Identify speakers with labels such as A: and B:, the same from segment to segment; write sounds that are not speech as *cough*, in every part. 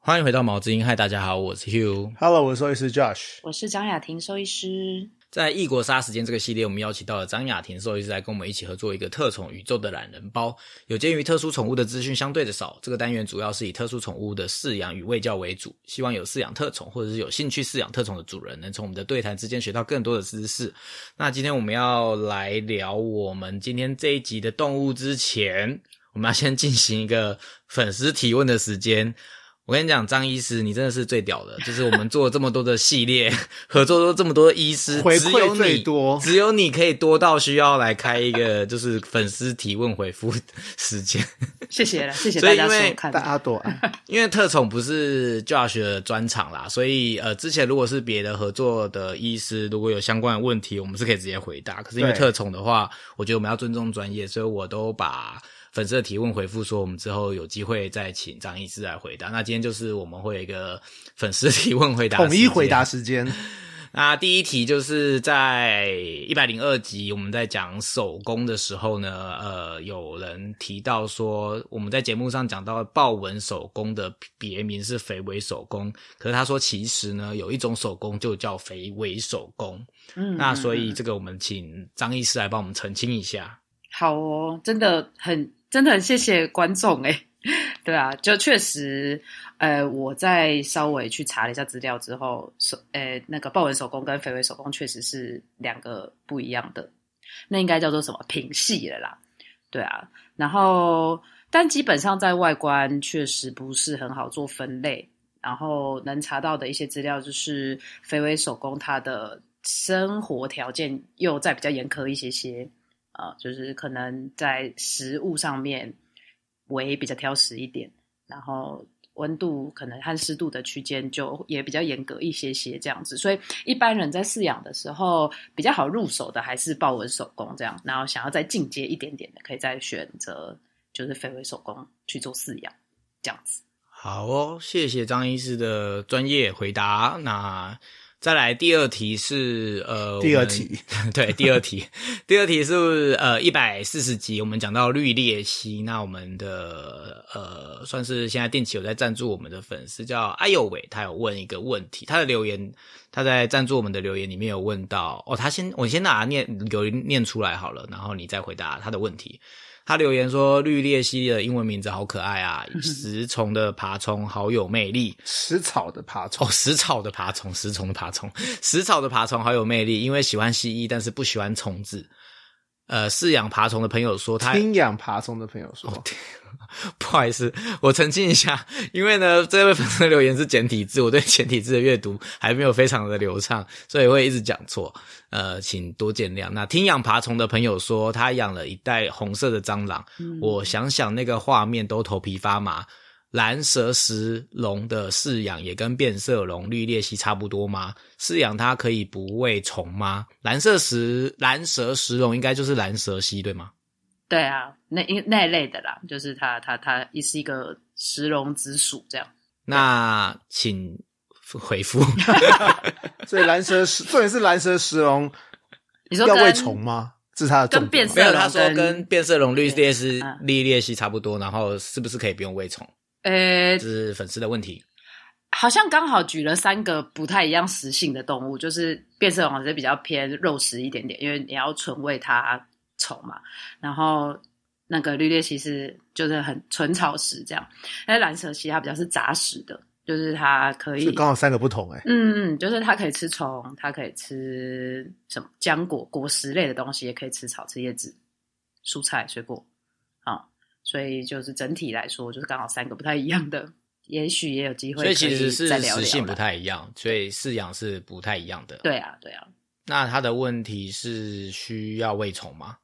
A: 欢迎回到毛之音，嗨，大家好，我是 Hugh。
B: Hello，我是兽医师 Josh。
C: 我是张雅婷兽医师。
A: 在异国杀时间这个系列，我们邀请到了张雅婷兽医师来跟我们一起合作一个特宠宇宙的懒人包。有鉴于特殊宠物的资讯相对的少，这个单元主要是以特殊宠物的饲养与喂教为主，希望有饲养特宠或者是有兴趣饲养特宠的主人，能从我们的对谈之间学到更多的知识。那今天我们要来聊我们今天这一集的动物之前，我们要先进行一个粉丝提问的时间。我跟你讲，张医师，你真的是最屌的，就是我们做了这么多的系列，合作过这么多的医师，
B: 回馈
A: 只有你
B: 最多
A: 只有你可以多到需要来开一个就是粉丝提问回复时间，
C: 谢谢了，谢谢
A: 所
C: 大
A: 以
C: 家
A: 因为
C: 收看。
B: 大家多爱，
A: 因为特宠不是 Josh 的专场啦，所以呃，之前如果是别的合作的医师，如果有相关的问题，我们是可以直接回答。可是因为
B: 对
A: 特宠的话，我觉得我们要尊重专业，所以我都把粉丝的提问回复说，我们之后有机会再请张医师来回答。那今天就是我们会有一个粉丝提问回答
B: *laughs* 统一回
A: 时间
B: 答时间。
A: 那第一题就是在一百零二集，我们在讲手工的时候呢，呃，有人提到说，我们在节目上讲到豹纹手工的别名是肥尾手工，可是他说其实呢，有一种手工就叫肥尾手工。
C: 嗯
A: 那所以
C: 嗯嗯
A: 这个我们请张医师来帮我们澄清一下。
C: 好哦，真的很真的很谢谢观众哎、 *laughs* 对啊，就确实，呃，我在稍微去查了一下资料之后，手呃那个豹纹手工跟肥尾手工确实是两个不一样的，那应该叫做什么平系了啦，对啊，然后但基本上在外观确实不是很好做分类，然后能查到的一些资料就是肥尾手工它的生活条件又再比较严苛一些些，呃，就是可能在食物上面为比较挑食一点，然后温度可能和湿度的区间就也比较严格一些些这样子，所以一般人在饲养的时候比较好入手的还是豹纹手工这样，然后想要再进阶一点点的，可以再选择就是肥尾手工去做饲养这样子。
A: 好哦，谢谢张医师的专业回答。那再来第二题是呃，
B: 第
A: 我
B: 二
A: 们 *laughs*
B: 题
A: 对，第二题，第二题是呃一百四十集，我们讲到绿鬣蜥，那我们的呃算是现在定期有在赞助我们的粉丝叫哎呦喂，他有问一个问题，他的留言他在赞助我们的留言里面有问到哦，他先我先拿念留言念出来好了，然后你再回答他的问题。他留言说：“绿鬣蜥的英文名字好可爱啊，食虫的爬虫好有魅力
B: 食草的爬虫
A: 哦，，食草的爬虫，食虫的爬虫，食草的爬虫好有魅力，因为喜欢蜥蜴，但是不喜欢虫子。呃，饲养爬虫的朋友说他
B: 听养爬虫的朋友说，
A: *laughs* 不好意思，我澄清一下，因为呢，这位粉丝的留言是简体字，我对简体字的阅读还没有非常的流畅，所以会一直讲错，呃，请多见谅。那听养爬虫的朋友说，他养了一袋红色的蟑螂，
C: 嗯
A: 我想想那个画面都头皮发麻。蓝蛇食龙的饲养也跟变色龙、绿鬣蜥差不多吗？饲养它可以不喂虫吗？蓝色食蓝蛇食龙应该就是蓝蛇蜥对吗？
C: 对啊，那一那一类的啦，就是它它它也是一个食龙之属这样。
A: 那请回复。
B: 所以蓝蛇石，重点是蓝蛇石龙
C: 你说
B: 要喂
C: 跟
B: 虫吗？这是它的重
C: 跟
B: 点
C: *laughs* 变
B: 吗
C: 色
A: 没有，
C: 龙
A: 他说
C: 跟
A: 跟变色龙绿鬣蜥
C: 嗯
A: 绿鬣蜥差不多，然后是不是可以不用喂虫？
C: 呃
A: 这，是粉丝的问题。
C: 好像刚好举了三个不太一样食性的动物，就是变色龙是比较偏肉食一点点，因为你要纯喂它虫嘛。然后那个绿鬣蜥是就是很纯草食这样，那蓝蛇蜥它比较是杂食的，就是它可以
B: 就刚好三个不同哎、
C: 嗯，就是它可以吃虫，它可以吃什么浆果、果实类的东西，也可以吃草、吃叶子、蔬菜、水果啊、所以就是整体来说，就是刚好三个不太一样的，也许也有机会
A: 所
C: 可
A: 以其实是
C: 再聊
A: 食
C: 聊
A: 性不
C: 啦。
A: 太一样，所以饲养是不太一样的。，
C: 对啊，对啊，
A: 那他的问题是需要喂虫吗？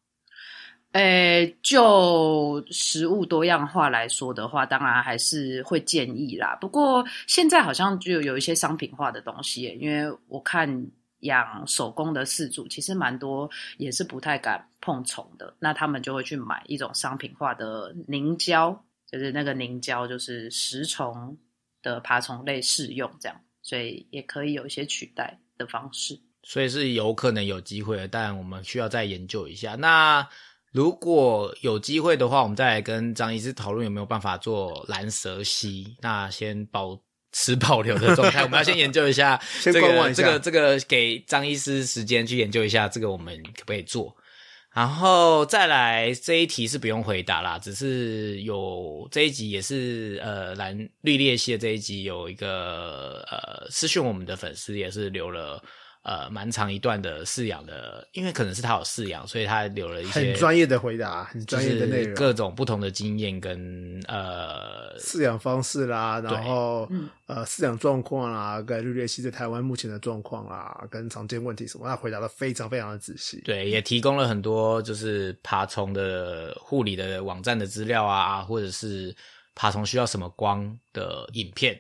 C: 诶，就食物多样化来说的话，当然还是会建议啦。不过现在好像就有一些商品化的东西耶，因为我看养手工的饲主其实蛮多也是不太敢碰虫的，那他们就会去买一种商品化的凝胶，就是那个凝胶就是食虫的爬虫类适用这样，所以也可以有一些取代的方式。
A: 所以是有可能有机会的，但我们需要再研究一下。那如果有机会的话，我们再来跟张医师讨论有没有办法做蓝蛇蜥。那先保持保留的状态。我们要先研究一下这
B: 先观望
A: 个
B: 一
A: 这
B: 下
A: 个这个，给张医师时间去研究一下这个我们可不可以做。然后再来这一题是不用回答啦，只是有这一集也是呃蓝绿鬣蜥的这一集有一个呃私讯我们的粉丝也是留了呃蛮长一段的饲养的，因为可能是他有饲养，所以他留了一些
B: 很专业的回答，很
A: 就
B: 专业的内
A: 是
B: 容，
A: 各种不同的经验跟呃
B: 饲养方式啦，然后
C: 嗯
B: 呃饲养状况啦，跟绿鬣蜥在台湾目前的状况啦，跟常见问题什么，他回答的非常非常的仔细。
A: 对，也提供了很多就是爬虫的护理的网站的资料啊，或者是爬虫需要什么光的影片。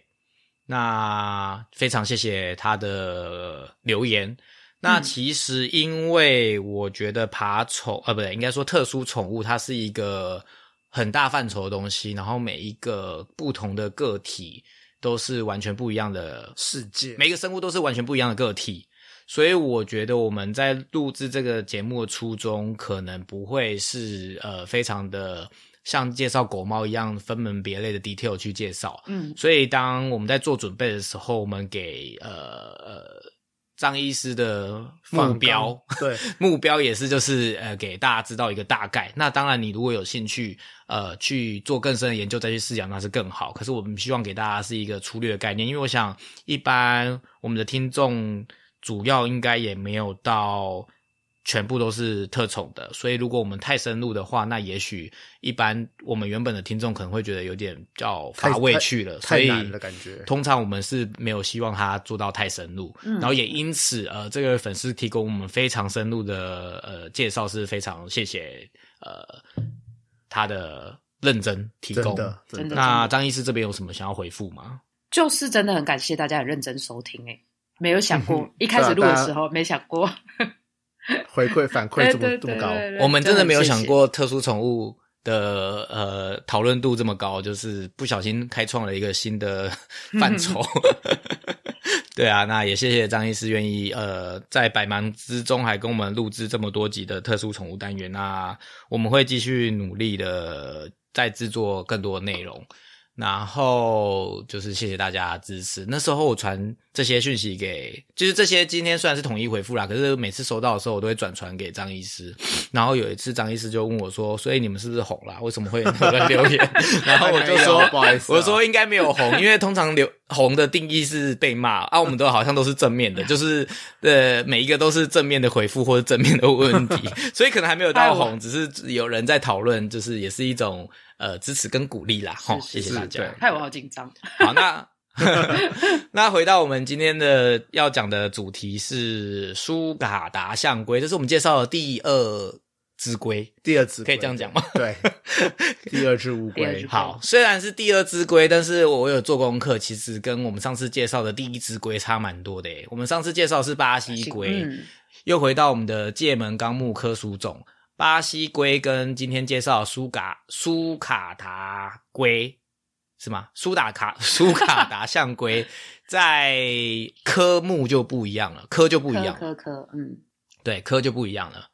A: 那非常谢谢他的留言。那
C: 嗯
A: 其实因为我觉得爬虫，呃，不对，应该说特殊宠物，它是一个很大范畴的东西，然后每一个不同的个体都是完全不一样的
B: 世界
A: 每个生物都是完全不一样的个体，所以我觉得我们在录制这个节目的初衷，可能不会是呃非常的像介绍狗猫一样分门别类的 detail 去介绍。
C: 嗯
A: 所以当我们在做准备的时候，我们给呃呃张医师的目标，
B: 对， *laughs*
A: 目标也是就是呃给大家知道一个大概。那当然，你如果有兴趣呃去做更深的研究再去试讲，那是更好。可是我们希望给大家是一个粗略的概念，因为我想一般我们的听众主要应该也没有到。全部都是特宠的，所以如果我们太深入的话，那也许一般我们原本的听众可能会觉得有点叫乏
B: 太
A: 味
B: 太
A: 去了，
B: 太
A: 所以
B: 难了感觉
A: 通常我们是没有希望他做到太深入，
C: 嗯
A: 然后也因此呃，这个粉丝提供我们非常深入的呃介绍，是非常谢谢呃他的认真提
B: 真
A: 供。
B: 的真
C: 真的
A: 那张医师这边有什么想要回复吗？
C: 就是真的很感谢大家很认真收听诶、没有想过一开始录
B: 对啊
C: 的
B: 大家
C: 时候没想
B: *laughs*
C: 过，
B: 回馈反馈
C: 对
B: 这
C: 对
B: 么
C: 哎对
B: 这么
C: 对
B: 高，
C: 对对
A: 我们真的没有
C: 很谢
A: 想
C: 谢
A: 过特殊宠物的呃讨论度这么高，就是不小心开创了一个新的
C: *laughs*
A: 范畴。 *laughs* 对啊，那也谢谢张医师愿意呃在百忙之中还跟我们录制这么多集的特殊宠物单元。那我们会继续努力的再制作更多的内容。然后就是谢谢大家的支持。那时候我传这些讯息给，就是这些今天虽然是统一回复啦，可是每次收到的时候，我都会转传给张医师。然后有一次张医师就问我说：“所以你们是不是红啦？为什么会有人留言？” *laughs* 然后我就说
B: *laughs* 哎呀不好意：“思啊
A: 我说应该没有红，因为通常留红的定义是被骂啊，我们都好像都是正面的，就是呃每一个都是正面的回复或者正面的问题，所以可能还没有到红，只是有人在讨论，就是也是一种呃支持跟鼓励啦。吼，谢
C: 是是
A: 谢大
B: 是
A: 家。
B: 对
C: 害我好紧张。
A: 好，那 *laughs* 那回到我们今天的要讲的主题是苏卡达象龟，这是我们介绍的第二只龟。
B: 第二只
A: 可以这样讲吗？
B: 对，
A: *laughs*
B: 第二只乌
C: 第二只
B: 龟，
A: 好，虽然是第二只龟，但是我有做功课，其实跟我们上次介绍的第一只龟差蛮多的耶。我们上次介绍是巴西龟，
C: 嗯
A: 又回到我们的界门纲目科属种巴西龟，跟今天介绍的苏嘎苏卡达龟是吗？苏打卡苏卡达象龟在科目就不一样了，科就不一样了，
C: 科科科，嗯，
A: 对，科就不一样了。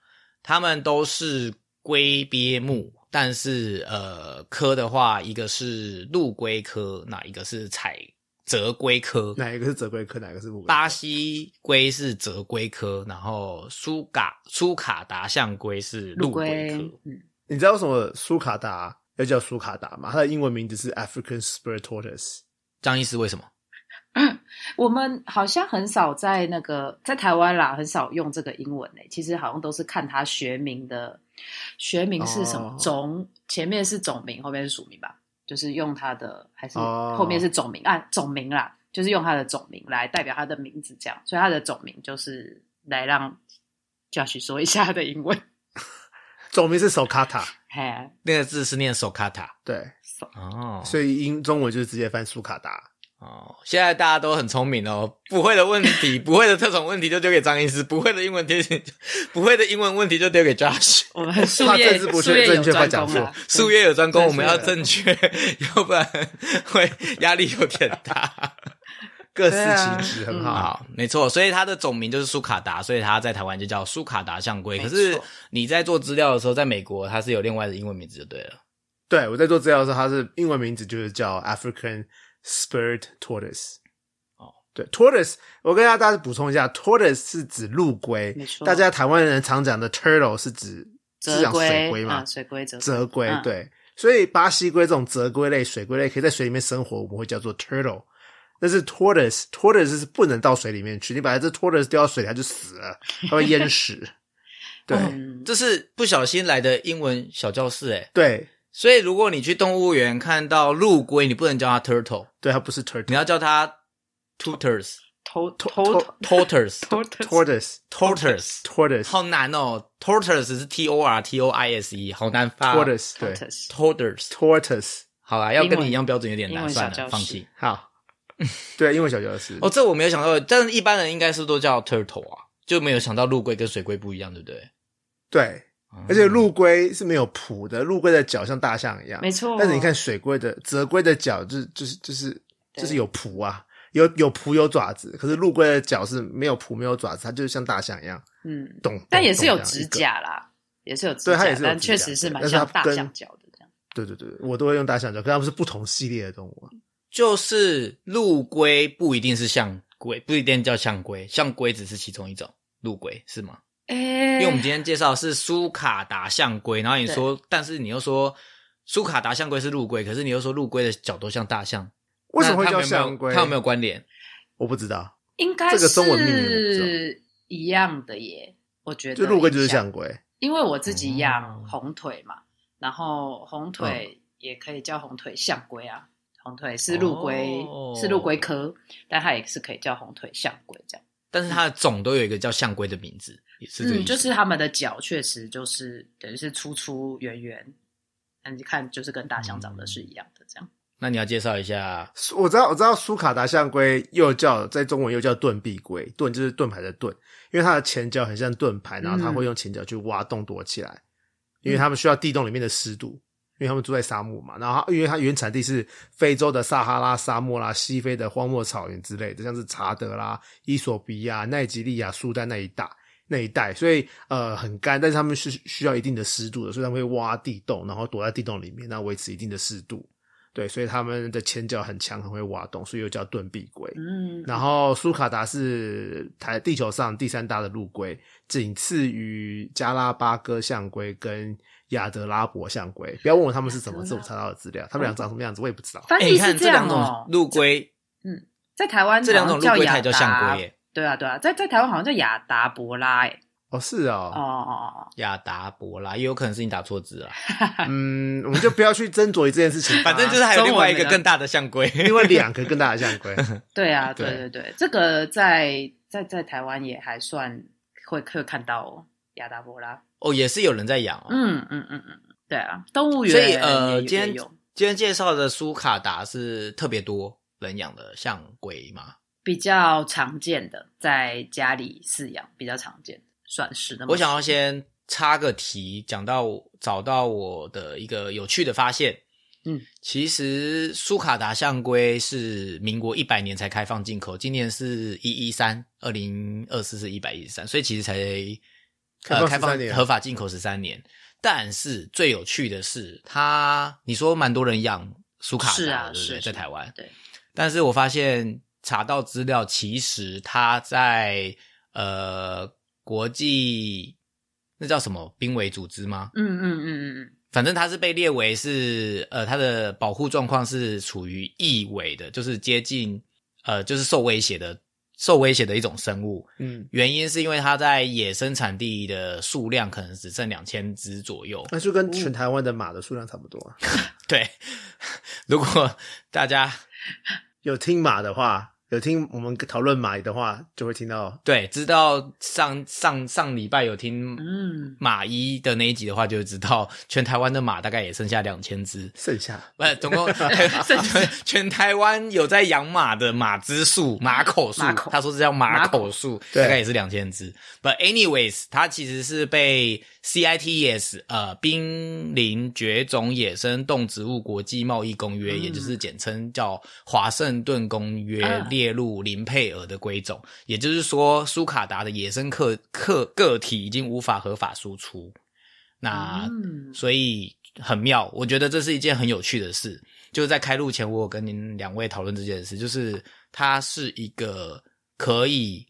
A: 它们都是龟鳖目，但是呃，科的话，一个是陆龟科，那一个是彩泽龟科，
B: 哪一个是折龟科，哪一个是乌龟？
A: 巴西龟是折龟科，然后苏卡苏卡达象龟是陆
C: 陆
A: 龟
C: 龟
A: 科。，
C: 嗯，
B: 你知道为什么苏卡达要叫苏卡达吗？它的英文名字是 African Spirit Tortoise。
A: 张医师为什么？
C: 我们好像很少在那个在台湾啦，很少用这个英文诶、其实好像都是看它学名的，学名是什么、
B: 哦
C: 种，前面是种名，后面是属名吧？就是用它的还是
B: 哦
C: 后面是种名、啊？种名啦，就是用它的种名来代表它的名字，这样，所以它的种名就是来让 Josh 说一下它的英文，
B: 总名是 Socata，
C: 嘿啊，
A: 那个字是念手卡塔
B: 对，
A: 哦，
B: 所以英中文就是直接翻苏卡达。
A: 哦，现在大家都很聪明哦，不会的问题，不会的特种问题就丢给张医师，不会的英文贴 *laughs* 心，不会的英文问题就丢给 Josh。
C: 我们术
B: 怕
C: 业
B: 政治不
C: 术
B: 确
C: 业有
B: 正确
C: 专
B: 怕讲
C: 攻啦
B: 错，
A: *laughs* 术业有专攻，
B: 对
A: 我们要
B: 是的
A: 正确， *laughs* 要不然会压力有点大。 *laughs*
B: 各司
C: 对啊
B: 其职，很
C: 嗯
B: 好。
A: 好，没错，所以它的总名就是苏卡达，所以它在台湾就叫苏卡达象龟。
C: 没
A: 可
C: 错
A: 是你在做资料的时候，在美国它是有另外的英文名字就对了。
B: 对我在做资料的时候，它是英文名字就是叫 African spurred tortoise。
A: 哦，
B: 对，tortoise，我跟大家补充一下，tortoise 是指陆龟
C: 没，错
B: 大家台湾人常讲的 turtle 是指是
C: 折
B: 讲水龟
C: 龟
B: 嘛
C: 啊，，水龟折
B: 折龟
C: 嗯
B: 对，所以巴西龟这种折龟类、水龟类可以在水里面生活，我们会叫做 turtle。但是 tortoise，tortoise 是不能到水里面去，你把这 tortoise 丢到水里，它就死了，它会淹
C: *laughs*
B: 死。对、
C: 嗯
A: 这是不小心来的英文小教室哎、
B: 对
A: 所以如果你去动物园看到陆龟，你不能叫它 turtle，
B: 对，它不是
A: 你
B: turtle，
A: 要叫它 tutors
C: 头头
B: 头
C: 头
A: tortors
C: *laughs* 头
B: tortoise
A: tortors，
B: tortoise
A: 好难哦，tortors 是 t o r t o i s e，好难发哦。
B: tortoise 对
A: tortors，
B: 啊 tortoise
A: 好啦，要
C: 英
A: 跟
C: 文
A: 你一样标准有点
C: 英
A: 难，
C: 文
A: 算
C: 小教
A: 了，
C: 室
A: 放弃。 *laughs*
B: 好，对，英文小教室
A: 哦，这我没有想到，但是一般人应该是都叫 turtle 啊，就没有想到陆龟跟水龟不一样，对不对？嗯
B: 对，而且陆龟是没有蹼的，陆龟的脚像大象一样，
C: 没错。
B: 啊但是你看水龟的泽龟的脚就就是就是
C: 对
B: 就是有蹼啊，有有蹼有爪子，可是陆龟的脚是没有蹼没有爪子，它就是像大象一样，
C: 嗯，
B: 咚。
C: 但也
B: 咚
C: 是有
B: 咚这样
C: 指
B: 一个。
C: 甲啦，也是有指
B: 对
C: 甲
B: 它也，是有
C: 但
B: 指
C: 确
B: 甲
C: 实是
B: 对
C: 蛮
B: 但是它
C: 像大
B: 跟
C: 象脚的这样。
B: 对对对，我都会用大象脚，可它们是不同系列的动物啊。
A: 就是陆龟不一定是象龟，不一定叫象龟，象龟只是其中一种，陆龟是吗？
C: 哎，
A: 因为我们今天介绍的是苏卡达象龟，然后你说，但是你又说苏卡达象龟是陆龟，可是你又说陆龟的脚都像大象，
B: 为什么会
A: 那它
B: 叫
A: 们有没有
B: 象龟？
A: 它有没有关联？
B: 我不知道，
C: 应该
B: 这个中文命名我不知道
C: 是一样的耶，我觉得
B: 就陆龟就是
C: 印象
B: 象，龟，
C: 因为我自己养
A: 哦
C: 红腿嘛，然后
B: 嗯
C: 红腿也可以叫红腿象龟啊，红腿是陆龟，
A: 哦
C: 是陆龟科，但它也是可以叫红腿象龟这样。
A: 但是它的种都有一个叫象龟的名字，也是这个意
C: 嗯，
A: 思。
C: 就是它们的脚确实就是等于是粗粗圆圆，那你看就是跟大
B: 嗯
C: 象长得是一样的这样。
A: 那你要介绍一
C: 啊
A: 下
B: 苏我知道我知道苏卡达象龟又叫在中文又叫盾臂龟，盾就是盾牌的盾，因为它的前脚很像盾牌，然后它
C: 嗯
B: 会用前脚去挖洞躲起来，因为它们需要地洞里面的湿度，因为它们住在沙漠嘛，然后它因为它原产地是非洲的撒哈拉沙漠啦、西非的荒漠草原之类的，像是查德啦、伊索比亚、奈及利亚、苏丹那一带。那一带，所以呃很干，但是它们是需要一定的湿度的，所以它们会挖地洞，然后躲在地洞里面，那维持一定的湿度。对，所以他们的前脚很强，很会挖洞，所以又叫盾臂龟。
C: 嗯，
B: 然后苏卡达是台地球上第三大的陆龟，仅次于加拉巴哥象龟跟亚德拉伯象龟。不要问我他们是怎么，
C: 亚
B: 这
C: 德拉
B: 我查到的资料，他们俩长什么样子我也不知道。
C: 翻
A: 哎，
C: 译
A: 你
C: 是
A: 看这两
C: 样哦
A: 种，陆龟，
C: 在台湾
A: 这两种
C: 好像
A: 陆龟
C: 亚
A: 才叫象
C: 达
A: 龟耶。
C: 对啊，对啊，在在台湾好像叫亚达伯拉、欸，
B: 哦，是
C: 哦
B: 哦，
C: 哦哦
A: 亚达伯拉，也有可能是你打错字
C: *laughs*
A: 了。，
C: 啊
B: 嗯，我们就不要去斟酌于这件事情
A: 反正就是还有另外一个
C: 中文的
A: 更大的象龟，
B: 因为两个更大的象龟。
C: 哦，对啊，对
B: 对
C: 对对，这个在在在台湾也还算会会看到哦亚达伯拉，
A: *laughs* 哦，也是有人在养哦。
C: 嗯嗯嗯嗯，对啊，动物园
A: 所以呃，
C: 也有
A: 今天
C: 也有
A: 今天介绍的苏卡达是特别多人养的象龟嘛？
C: 比较常见的，在家里饲养比较常见的，算是那么
A: 我想要先插个题，讲到我找到我的一个有趣的发现。
C: 嗯，
A: 其实苏卡达象龟是民国一百年才开放进口，今年是一一三，二零二四是一百一十三，所以其实才
B: 开
A: 呃
B: 放
A: 开放
B: 13年
A: 合法进口十三年。但是最有趣的是，它你说蛮多人养苏卡达的，
C: 是啊
A: 对不
C: 是
A: 对？在
C: 是
A: 台湾，
C: 对，
A: 但是我发现查到资料，其实它在呃国际那叫什么濒危组织吗？
C: 嗯嗯嗯嗯嗯，
A: 反正它是被列为是呃它的保护状况是处于易危的，就是接近呃就是受威胁的受威胁的一种生物。
B: 嗯，
A: 原因是因为它在野生产地的数量可能只剩两千只左右， *laughs*
B: 那就跟全台湾的马的数量差不多啊。
A: 对，如果大家
B: 有听马的话，有听我们讨论马的话，就会听到
A: 对知道上上上礼拜有听
C: 嗯
A: 马一的那一集的话，就知道全台湾的马大概也剩下两千只，
B: 剩下。
A: 不，总
C: *laughs*
A: 共全全台湾有在养马的马只数、马口数
C: 马，口
A: 他说是叫马
C: 马
A: 口
C: 口
A: 数，
B: 对
A: 大概也是两千只。But anyways，它其实是被 CITES 呃濒临绝种野生动植物国际贸易公约，
C: 嗯
A: 也就是简称叫华盛顿公约
C: 啊，
A: 列入林配额的龟种。也就是说，苏卡达的野生个个个体已经无法合法输出。那
C: 嗯
A: 啊所以很妙，我觉得这是一件很有趣的事。就是在开录前，我有跟您两位讨论这件事，就是它是一个可以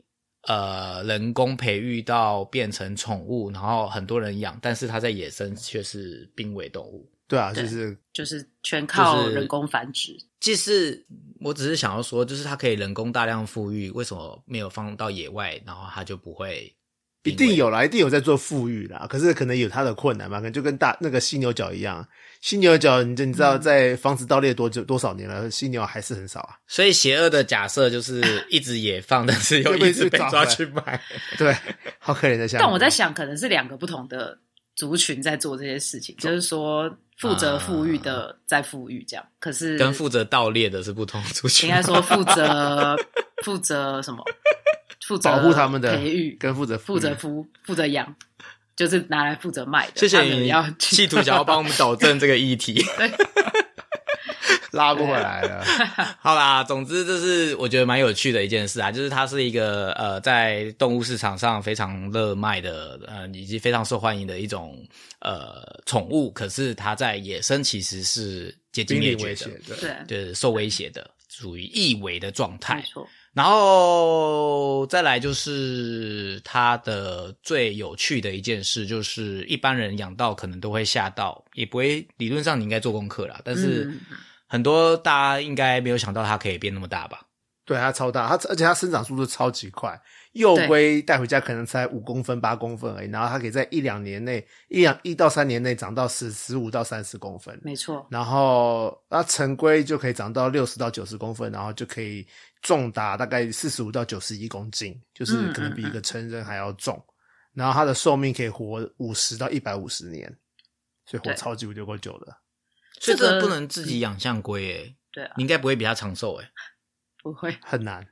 A: 呃人工培育到变成宠物，然后很多人养，但是它在野生却是濒危动物。
B: 对啊，
C: 对
B: 就是
C: 就是全靠
A: 就是
C: 人工繁殖。
A: 即是我只是想要说，就是它可以人工大量富裕，为什么没有放到野外，然后它就不会
B: 一
A: 濒危
B: 定有啦，一定有在做富裕啦，可是可能有它的困难嘛，可能就跟大那个犀牛角一样，犀牛角你你知道在防止盗猎多久多少年了，犀牛还是很少啊，
A: 所以邪恶的假设就是一直野放，但是又
B: *laughs* 又被
A: 一直被
B: 抓
A: 抓
B: 回来
A: 去卖。
B: 对，好可怜的象。
C: 但我在想，可能是两个不同的族群在做这些事情，就是说负责富裕的在富裕这样，可是
A: 啊跟负责盗猎的是不同族群。
C: 应该说负责负责什么？负责
B: 保护他们的
C: 培育，
B: 跟负责嗯
C: 负责孵、负责养，就是拿来负责卖的。
A: 嗯谢谢
C: 他们
A: 你
C: 要
A: 企图想要帮我们导正这个议题。 *laughs*
B: 拉不
C: 啊
B: 回来
C: *laughs*
B: 了，
A: 好啦，总之这是我觉得蛮有趣的一件事啊，就是它是一个呃在动物市场上非常热卖的，呃以及非常受欢迎的一种呃宠物，可是它在野生其实是接近
B: 濒
A: 灭
B: 临
A: 绝
B: 危
A: 的
B: 险，，对，
C: *laughs* 对，
A: 就是受威胁的，属于易危的状态
C: 没。错，
A: 然后再来就是它的最有趣的一件事，就是一般人养到可能都会吓到，也不会理论上你应该做功课啦，但是
C: 嗯
A: 很多大家应该没有想到它可以变那么大吧？
B: 对它超大，它而且它生长速度超级快，幼龟带回家可能才五公分八公分而已，然后它可以在一两年内一两一到三年内长到十十五到三十公分，
C: 没错，
B: 然后那成龟就可以长到六十到九十公分，然后就可以重达大概四十五到九十一公斤，
C: 嗯
B: 就是可能比一个成人还要重。然后它的寿命可以活五十到一百五十年，所以活
C: 对
B: 超级无敌够久的。
A: 所以
C: 这个
A: 这不能自己养象龟诶、
C: 对啊，
A: 你应该不会比它长寿诶、
C: 不会。
B: 很难，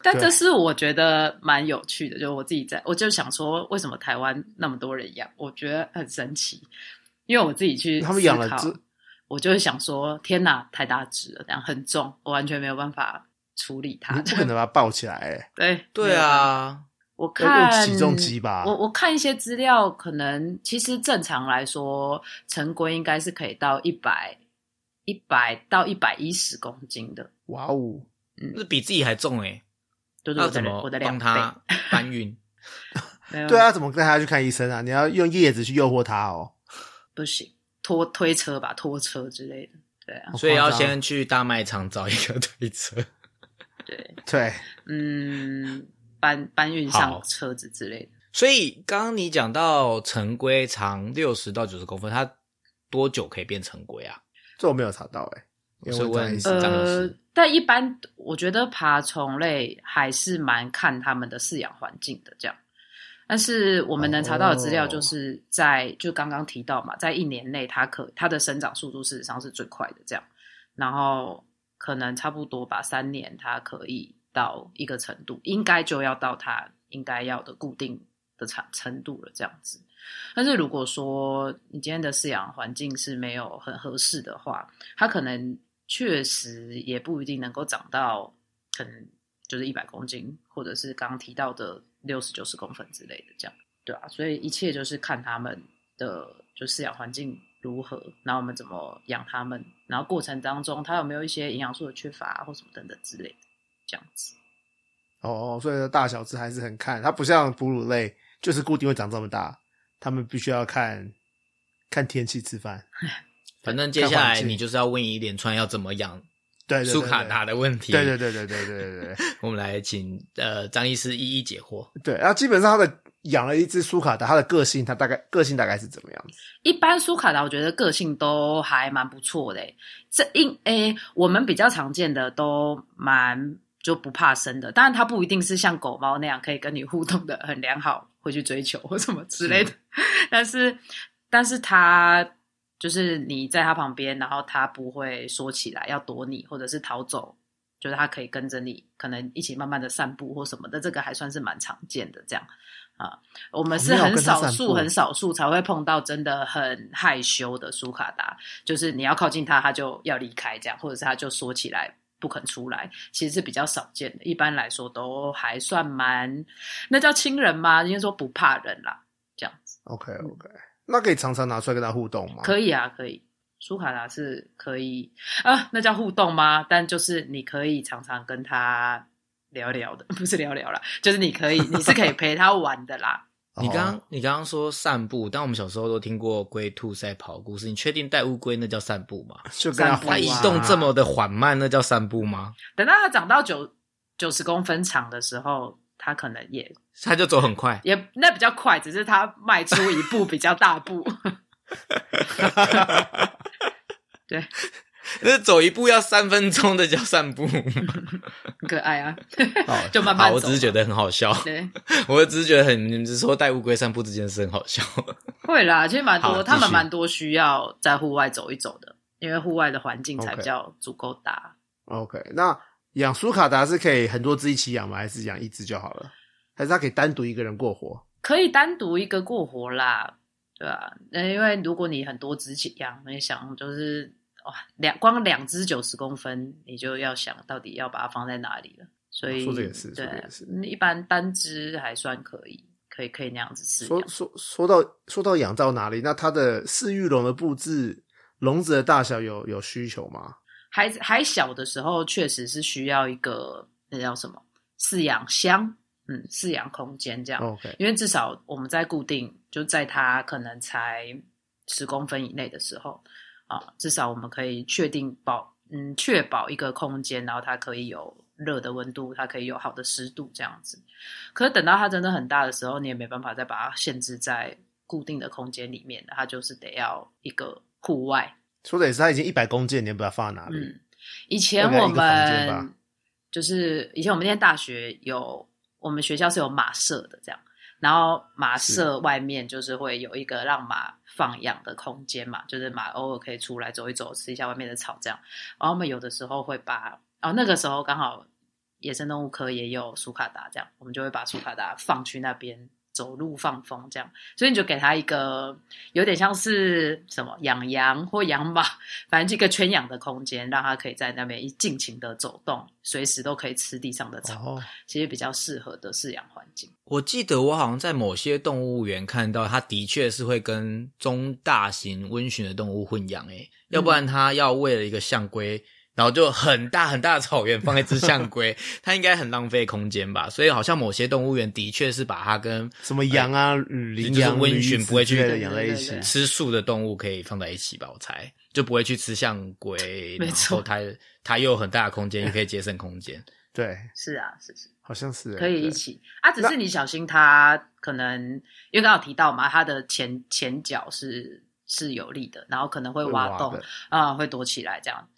C: 但
B: 对
C: 这是我觉得蛮有趣的，就是我自己在，我就想说，为什么台湾那么多人养？我觉得很神奇，因为我自己去
B: 他们养了
C: 思考
B: 这
C: 我就是想说，天哪，太大只了，这样很重，我完全没有办法处理它
B: 你。不可能把它抱起来、欸，
C: 对
A: 对，啊，
C: 我
B: 要
C: *laughs* 看
B: 用起重机吧
C: 我我看一些资料，可能其实正常来说，成龟应该是可以到一百一百到一百一十公斤的，
B: 哇哦！
A: 那比自己还重诶、
C: 就是
A: 那
C: 我的
A: 怎
C: 两
A: 么
C: 我的两
A: 帮
C: 倍。
A: 它搬
C: *laughs*
A: 运？
C: 没
A: 嗯
C: 有
B: 对啊，，怎么带它去看医生啊？你要用叶子去诱惑它哦。
C: 不行，拖推车吧，拖车之类的。对啊，
B: 好
A: 所以要
B: 夸张
A: 先去大卖场找一个推车。
C: 对，
B: 对，
C: 嗯，搬搬运
A: 好
C: 上车子之类的。
A: 所以刚刚你讲到成龟长六十到九十公分，它多久可以变成龟啊？
B: 这我没有查到哎、欸，因为
A: 我是
B: 我
A: 问
B: 一
A: 是这样的
C: 呃
A: 是，
C: 但一般我觉得爬虫类还是蛮看他们的饲养环境的这样。但是我们能查到的资料，
B: 哦
C: 就是在、就刚刚提到嘛，在一年内它可它的生长速度事实上是最快的这样，然后可能差不多吧，三年它可以到一个程度，应该就要到它应该要的固定的程程度了这样子。但是如果说你今天的饲养环境是没有很合适的话，它可能确实也不一定能够长到可能就是一百公斤，或者是刚刚提到的六十九十公分之类的这样，对啊，所以一切就是看他们的就饲养环境如何，然后我们怎么养它们，然后过程当中它有没有一些营养素的缺乏啊或什么等等之类的，这样子。
B: 哦，所以说大小只还是很看，它不像哺乳类，就是固定会长这么大，它们必须要看看天气吃饭。
A: 反正接下
B: 看
A: 来
B: 环境
A: 你就是要问一连串要怎么养
B: 对对对
A: 苏卡达的问题。
B: 对对对对对对对对 *laughs*
A: 我们来请呃张医师一一解惑。
B: 对。然后基本上它的养了一只苏卡达，它的个性，它大概个性大概是怎么样子？
C: 一般苏卡达，我觉得个性都还蛮不错的欸。这因诶、我们比较常见的都蛮就不怕生的，当然它不一定是像狗猫那样可以跟你互动的很良好，会去追求或什么之类的。但是，但是它就是你在它旁边，然后它不会缩起来要躲你，或者是逃走，就是它可以跟着你，可能一起慢慢的散步或什么的，这个还算是蛮常见的这样。啊，我们是
B: 哦没有
C: 很
B: 跟它
C: 少
B: 散
C: 数、
B: 步
C: 很少数才会碰到真的很害羞的苏卡达，就是你要靠近它，它就要离开这样，或者是它就缩起来不肯出来，其实是比较少见的。一般来说都还算蛮，那叫亲人吗？应该说不怕人啦，这样子
B: OK OK，那可以常常拿出来跟它互动吗？
C: 可以啊，可以。苏卡达是可以啊，那叫互动吗？但就是你可以常常跟他聊聊的， *laughs* 不是聊聊啦，就是
A: *laughs*
C: 你可以，你是可以陪他玩的啦。
A: 你刚
B: 哦
A: 刚你刚刚说散步，但我们小时候都听过龟兔赛跑的故事。你确定带乌龟那叫散步吗？
B: 就跟他
C: 散步啊
A: 它
B: 换
A: 移
B: 衣服
A: 动这么的缓慢，那叫散步吗？
C: 等到他长到九九十公分长的时候，他可能也
A: 它就走很快。
C: 也那比较快，只是他迈出一步比较大步。 *laughs* 对，
A: 那走一步要三分钟的叫散步吗。
C: 很可爱啊，
B: 哦
C: *laughs* 就慢慢
A: 好，
C: 走。
A: 我只是觉得很好笑，
C: 对，
A: *laughs* 我只是觉得很，你们只说带乌龟散步这件事很好笑。 *laughs*
C: 会啦，其实蛮
A: 好
C: 多，他
A: 继
C: 们
A: 续
C: 蛮多需要在户外走一走的，因为户外的环境才
B: OK
C: 比较足够大。
B: OK，那养苏卡达是可以很多只一起养吗？还是养一只就好了？还是它可以单独一个人过活？
C: 可以单独一个过活啦，对吧、那因为如果你很多只羊，你想就是哇，两光两只九十公分，你就要想到底要把它放在哪里了。所以
B: 啊说这个也是
C: 对
B: 说这个也是，
C: 嗯一般单只还算可以，可以可以那样子饲
B: 说
C: 养。
B: 说说到说到养到哪里？那它的饲育笼的布置、笼子的大小有有需求吗？
C: 还还小的时候，确实是需要一个那叫什么饲养箱，嗯，饲养空间这样。
B: OK，
C: 因为至少我们在固定，就在它可能才十公分以内的时候啊，至少我们可以确定保，嗯，确保一个空间，然后它可以有热的温度，它可以有好的湿度这样子。可是等到它真的很大的时候，你也没办法再把它限制在固定的空间里面，它就是得要一个户外
B: 说的也是，它已经一百公斤了，你也不知道放在哪里。哦
C: 嗯，以前
B: 大概
C: 我
B: 一个房间吧
C: 们就是以前我们念大学有，我们学校是有马舍的这样，然后马舍外面就是会有一个让马放养的空间嘛，就是马偶尔可以出来走一走，吃一下外面的草这样。然后我们有的时候会把，哦那个时候刚好野生动物科也有苏卡达这样，我们就会把苏卡达放去那边。走路放风这样，所以你就给它一个有点像是什么养羊或养马，反正这个圈养的空间，让它可以在那边一尽情的走动，随时都可以吃地上的草，
B: 哦，
C: 其实比较适合的饲养环境。
A: 我记得我好像在某些动物园看到，它的确是会跟中大型温驯的动物混养，诶，要不然它要为了一个象龟，然后就很大很大的草原放一只象 *laughs* 龟，它应该很浪费空间吧？所以好像某些动物园的确是把它跟
B: 什么羊啊、
C: 哎
B: 羚
A: 就是
B: 羊、
A: 温
B: 驴
A: 驯
B: 子
A: 不会
B: 之
A: 去
B: 类的养在一起
C: 对对对。
A: 吃素的动物可以放在一起吧？我猜就不会去吃象龟，
C: 没
A: 然
C: 错
A: 后它它又有很大的空间，也可以节省空间。
B: 对，
C: 是啊，是是，
B: 好像是欸
C: 可以
B: 对
C: 一起啊，只是你小心它可能，因为刚好提到嘛，它的前前脚是是有力的，然后可能会
B: 会
C: 挖洞
B: 的
C: 啊、会躲起来这样。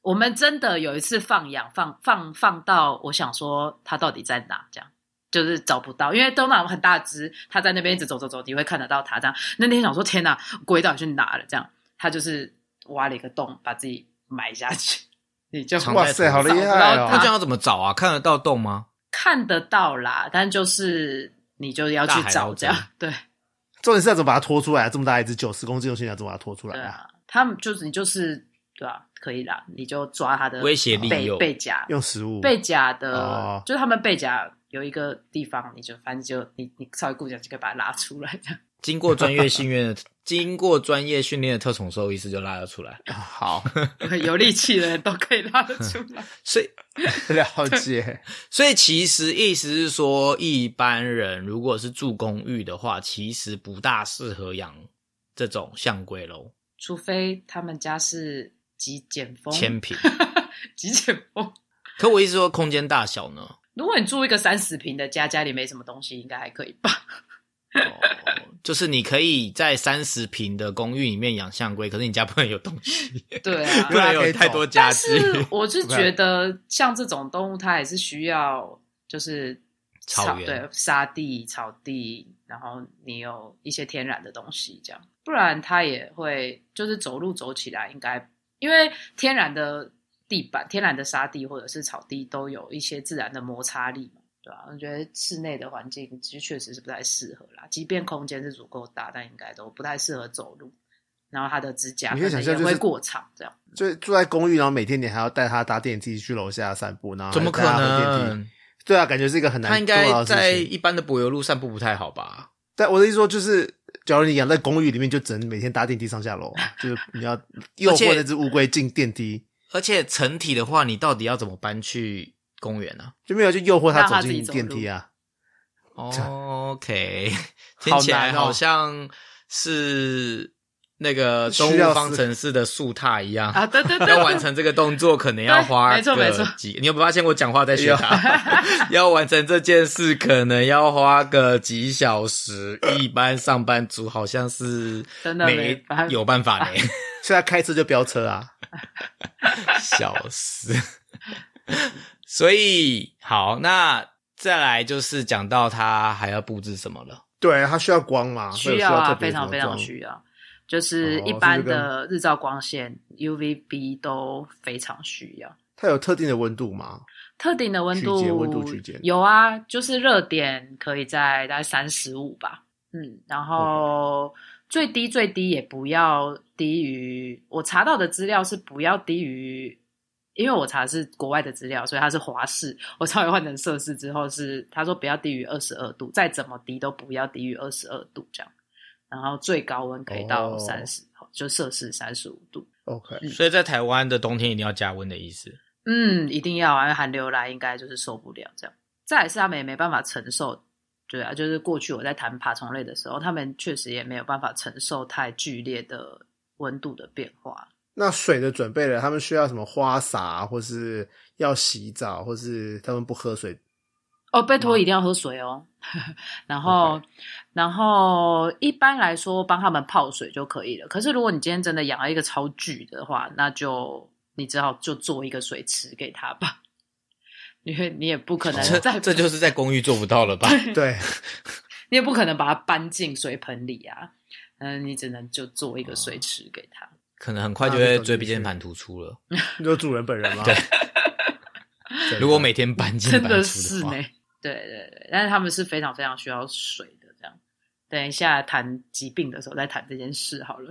C: 我们真的有一次放养，放放放到我想说它到底在哪，这样就是找不到，因为东南很大只，它在那边一直走走走，你会看得到它这样。那天想说天哪，鬼到底去哪了？这样，它就是挖了一个洞，把自己埋下去，你就
A: 藏
B: 哇
A: 在
B: 塞，
A: 土
B: 好厉
C: 上
B: 害
C: 然后
A: 那
C: 它
A: 这
B: 哦！
A: 样要怎么找啊？看得到洞吗？
C: *laughs* 看得到啦，但就是你就要去
A: 大海捞
C: 找
A: 针
C: 这样，对
B: 重点是要怎么把它拖出来啊？这么大一只九十公斤的东西，你要怎么把它拖出来
C: 对
B: 啊？
C: 啊，他们就是你就是对啊，可以啦，你就抓它的
A: 威胁利
C: 背
A: 诱
C: 背夹，
B: 用食物
C: 背夹的，
B: 哦
C: 就是他们背夹有一个地方，你就反正就你你稍微顾一下就可以把它拉出来这样。
A: 经过专业训练的， *laughs* 经过专业训练的特种兽医师就拉得出来。
B: 啊好 *laughs*
C: *laughs* 有力气的人都可以拉得出
A: *laughs*
C: 来。
A: 所以，
B: 了解，
A: 所以其实意思是说，一般人如果是住公寓的话，其实不大适合养这种象龟喽，
C: 除非他们家是极简风，
A: 千平。
C: 极简风。
A: 可我意思说，空间大小呢？
C: 如果你住一个三十平的家，家里没什么东西，应该还可以
A: *laughs*
C: 吧？
A: 哦就是你可以在三十平的公寓里面养象龟，可是你家不能有东西，
C: 对啊
A: 不
B: 对，啊
A: 能有太多家
C: 但
A: 具。
C: 是
B: *laughs*
C: 我是觉得像这种动物，它还是需要就是
A: 草原
C: 对沙地、草地，然后你有一些天然的东西，这样，不然它也会就是走路走起来应该，因为天然的地板、天然的沙地或者是草地都有一些自然的摩擦力嘛。对吧？我觉得室内的环境其实确实是不太适合啦，即便空间是足够大，但应该都不太适合走路。然后它的指甲
B: 你
C: 可
B: 可以想
C: 能
B: 象
C: 也
B: 就是
C: 会过长，这样。
B: 就住在公寓，然后每天你还要带它搭电梯去楼下散步，然后还
A: 怎么可
B: 带它回电梯
A: 能？
B: 对啊，感觉是一个很难
A: 它应
B: 做到
A: 该
B: 的事
A: 在
B: 情。
A: 一般的柏油路散步不太好吧？
B: 但我的意思说，就是假如你养在公寓里面，就只能每天搭电梯上下楼啊，就是你
C: *laughs*
B: 要诱
A: 而且
B: 惑那只乌龟进电梯，
A: 而且成体的话，你到底要怎么搬去公园呢、
B: 就没有去诱惑它
C: 让它
B: 走
C: 自己
B: 进
C: 走
B: 电
C: 路
B: 梯啊。
A: 哦
C: *laughs*
A: OK，
B: 好
A: 听起来
B: 难哦
A: 好像是那个
B: 需
A: 东
B: 要
A: 物
B: 思
A: 方程式的速踏一样。
C: 啊，对对对
A: *laughs* 要完成这个动作，可能要花
C: 对没错
A: 个
C: 没错
A: 几，你有没有发现我讲话在学他？ *laughs* 要完成这件事，可能要花个几小时。一般上班族好像是
C: 真的没
A: 没
C: 办法
A: 有办
C: *laughs*
A: 法嘞，
B: 现在开车就飙车啊，
A: 笑死。 *laughs* 所以好，那再来就是讲到他还要布置什么了。
B: 对，它需要光嘛，所以
C: *laughs* 需
B: 有
C: 要啊，
B: 特别的
C: 非常非常
B: 光
C: 需要。就是
B: 哦
C: 一
B: 是
C: 般
B: 这个
C: 的日照光线、UVB 都非常需要。
B: 它有特定的温度吗？
C: 特定的温度
B: 区间温度区间
C: 有啊，就是热点可以在大概三十五吧，嗯，然后最低最低也不要低于我查到的资料是不要低于，因为我查的是国外的资料，所以它是华氏，我稍微换成摄氏之后是他说不要低于二十二度，再怎么低都不要低于二十二度这样，然后最高温可以到
B: 哦
C: 三十、就摄氏三十五度，
B: OK，
A: 所以在台湾的冬天一定要加温的意思。
C: 嗯，一定要啊，因为寒流来应该就是受不了这样。再来是他们也没办法承受，对啊，就是过去我在谈爬虫类的时候，他们确实也没有办法承受太剧烈的温度的变化。
B: 那水的准备了，他们需要什么花洒，或是要洗澡，或是他们不喝水，
C: 哦，拜托一定要喝水哦。 *laughs* 然后
B: OK
C: 然后一般来说帮他们泡水就可以了。可是如果你今天真的养了一个超巨的话，那就你只好就做一个水池给他吧， *laughs* 因为你也不可能
A: 这
C: 再
A: 这就是在公寓做不到了吧？
C: *laughs*
B: 对，
C: 你也不可能把它搬进水盆里啊，嗯，你只能就做一个
A: 哦
C: 水池给它。
A: 可能很快就会椎间盘突出了。
B: 你说主人本人吗？对，
A: 如果每天搬进
C: 真
A: 搬
C: 的
A: 出
C: 是
A: 的
C: 呢
A: 话，，
C: 对对对，但是他们是非常非常需要水的。这样，等一下谈疾病的时候再谈这件事好了。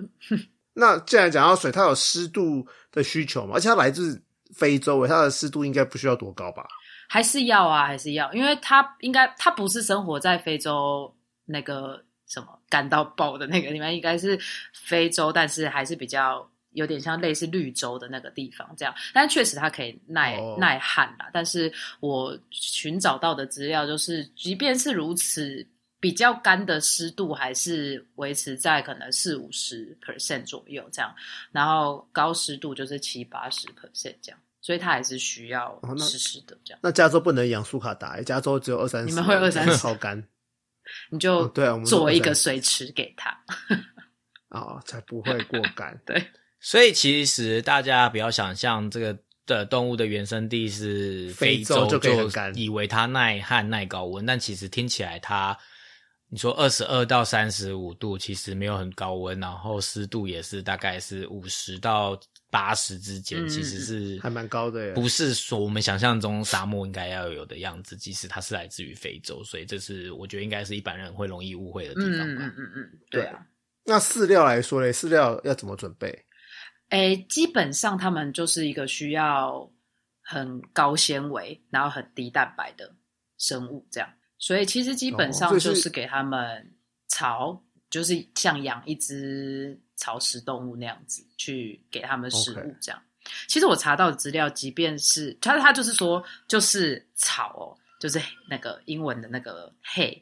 B: 那既然讲到水，它有湿度的需求嘛，而且它来自非洲，欸它的湿度应该不需要多高吧？
C: 还是要啊，还是要，因为他应该他不是生活在非洲那个什么干到爆的那个地方，应该是非洲，但是还是比较有点像类似绿洲的那个地方这样。但确实它可以耐、
B: 哦
C: 耐旱啦，但是我寻找到的资料就是，即便是如此。比较干的湿度还是维持在可能四五十 percent 左右这样，然后高湿度就是七八十 percent 这样，所以它还是需要
B: 哦那
C: 湿湿的这样。
B: 那加州不能养苏卡达、欸加州只有二三十，
C: 你们会二三十
B: 超干
C: 你就
B: 哦对啊我们都
C: 做
B: 会
C: 一
B: 这
C: 个
B: 样
C: 水池给他。。
B: 啊、哦才不会过干
C: 对，
A: 所以其实大家不要想象这个的动物的原生地是
B: 非
A: 洲，
B: 洲就可以很干
A: 以为它耐旱耐高温，但其实听起来它，你说二十二到三十五度，其实没有很高温，然后湿度也是大概是五十到八十之间，
C: 嗯
A: 其实是
B: 还蛮高的耶
A: 不是说我们想象中沙漠应该要有的样子，即使它是来自于非洲，所以这是我觉得应该是一般人会容易误会的地
C: 嗯
A: 方
C: 嗯
A: 吧。
C: 嗯嗯嗯，对啊。
B: 那饲料来说嘞，饲料要怎么准备？
C: 诶，基本上他们就是一个需要很高纤维，然后很低蛋白的生物，这样。所以其实基本
B: 哦
C: 上
B: 这是
C: 就是给他们草，就是像养一只草食动物那样子去给他们食物
B: OK
C: 这样。其实我查到的资料，即便是他他就是说就是草哦，就是那个英文的那个 hay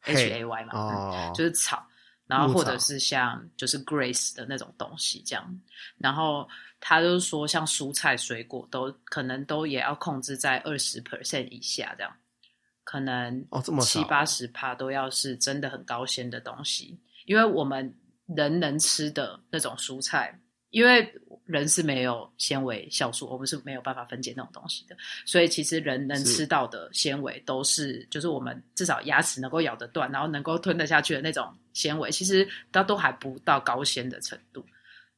C: h a y 嘛，嗯
B: 哦，
C: 就是草，然后
B: 牧
C: 或
B: 草
C: 者是像就是 grace 的那种东西这样。然后他就是说，像蔬菜、水果都可能都也要控制在二十 percent 以下这样，可能
B: 哦这么少
C: 七八十帕都要是真的很高纤的东西，因为我们人能吃的那种蔬菜。因为人是没有纤维酵素，我们是没有办法分解那种东西的。所以其实人能
B: 是
C: 吃到的纤维都是，就是我们至少牙齿能够咬得断，然后能够吞得下去的那种纤维，其实它都还不到高纤的程度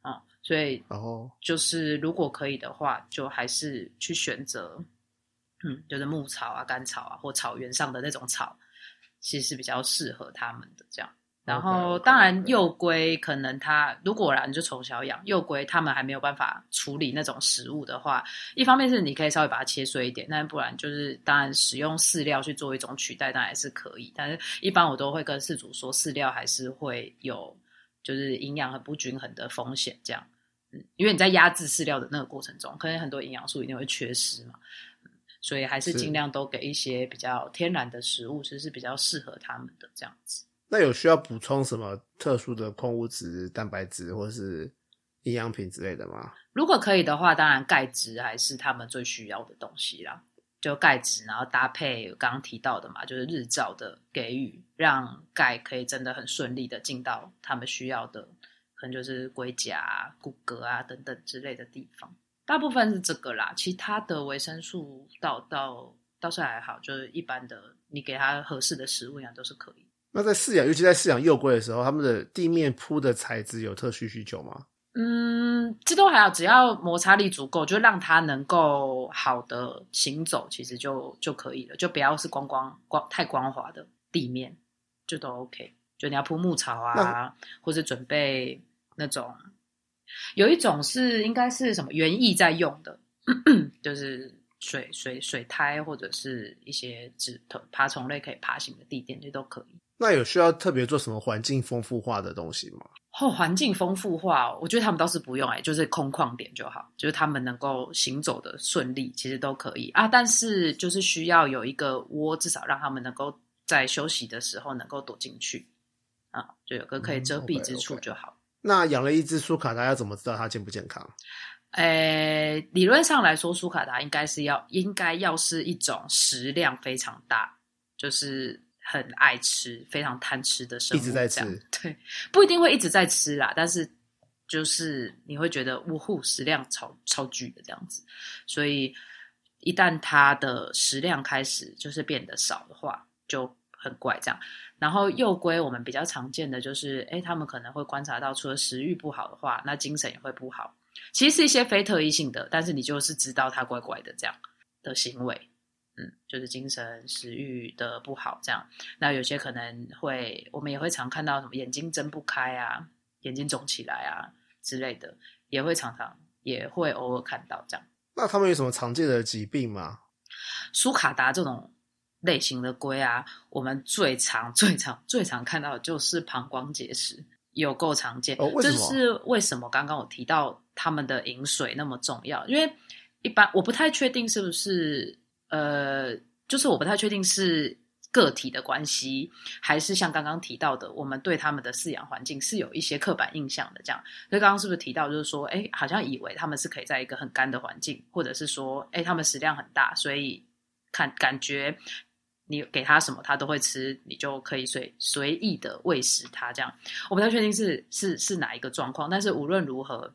C: 啊、所以
B: 哦，
C: 就是如果可以的话，就还是去选择，嗯，就是牧草啊、干草啊，或草原上的那种草，其实是比较适合他们的这样。然
B: OK，
C: 后
B: OK，
C: 当然
B: OK
C: 幼龟可能它如果啦你就从小养幼龟，它们还没有办法处理那种食物的话，一方面是你可以稍微把它切碎一点，但不然就是当然使用饲料去做一种取代，当然是可以。但是一般我都会跟饲主说，饲料还是会有就是营养很不均衡的风险，这样。嗯，因为你在压制饲料的那个过程中，可能很多营养素一定会缺失嘛，嗯所以还是
B: 是
C: 尽量都给一些比较天然的食物，其实是比较适合它们的这样子。
B: 那有需要补充什么特殊的矿物质、蛋白质或是营养品之类的吗？
C: 如果可以的话，当然钙质还是他们最需要的东西啦。就钙质，然后搭配刚刚提到的嘛，就是日照的给予，让钙可以真的很顺利的进到他们需要的，可能就是龟甲、啊、骨骼啊等等之类的地方。大部分是这个啦，其他的维生素倒倒倒是还好，就是一般的你给它合适的食物呀都是可以。
B: 那在饲养，尤其在饲养幼龟的时候，他们的地面铺的材质有特需需求吗？
C: 嗯，这都还好，只要摩擦力足够，就让它能够好的行走，其实就就可以了，就不要是光光光太光滑的地面，就都 OK。就你要铺牧草啊
B: 那，
C: 或者准备那种，有一种是应该是什么园艺在用的， *coughs* 就是水水水苔或者是一些植爬虫类可以爬行的地垫，这都可以。
B: 那有需要特别做什么环境丰富化的东西吗？
C: 后哦环境丰富化哦、我觉得他们倒是不用哎、就是空旷点就好，就是他们能够行走的顺利，其实都可以啊。但是就是需要有一个窝，至少让他们能够在休息的时候能够躲进去啊，就有个可以遮蔽之处就好。
B: 那养了一只苏卡达，要怎么知道它健不健康？
C: 诶、呃理论上来说，苏卡达应该是要应该要是一种食量非常大，就是很爱吃、非常贪吃的生物，
B: 一直在
C: 这样
B: 吃。
C: 对，不一定会一直在吃啦，但是就是你会觉得呜呼，食量超超巨的这样子，所以一旦它的食量开始就是变得少的话，就很怪这样。然后幼龟我们比较常见的就是，哎，他们可能会观察到，除了食欲不好的话，那精神也会不好。其实是一些非特异性的，但是你就是知道它怪怪的这样的行为，嗯，就是精神食欲的不好这样。那有些可能会，我们也会常看到什么眼睛睁不开啊，眼睛肿起来啊之类的，也会常常也会偶尔看到这样。
B: 那它们有什么常见的疾病吗？
C: 苏卡达这种类型的龟啊，我们最常、最常、最常看到的就是膀胱结石，有够常见。
B: 哦为
C: 这
B: 什
C: 就
B: 么
C: 是为什么刚刚我提到他们的饮水那么重要，因为一般我不太确定是不是呃，就是我不太确定是。个体的关系，还是像刚刚提到的，我们对他们的饲养环境是有一些刻板印象的。这样，所以刚刚是不是提到，就是说，哎，好像以为他们是可以在一个很干的环境，或者是说，哎，他们食量很大，所以看感觉你给他什么，他都会吃，你就可以随随意的喂食他这样。我不太确定是是是哪一个状况，但是无论如何，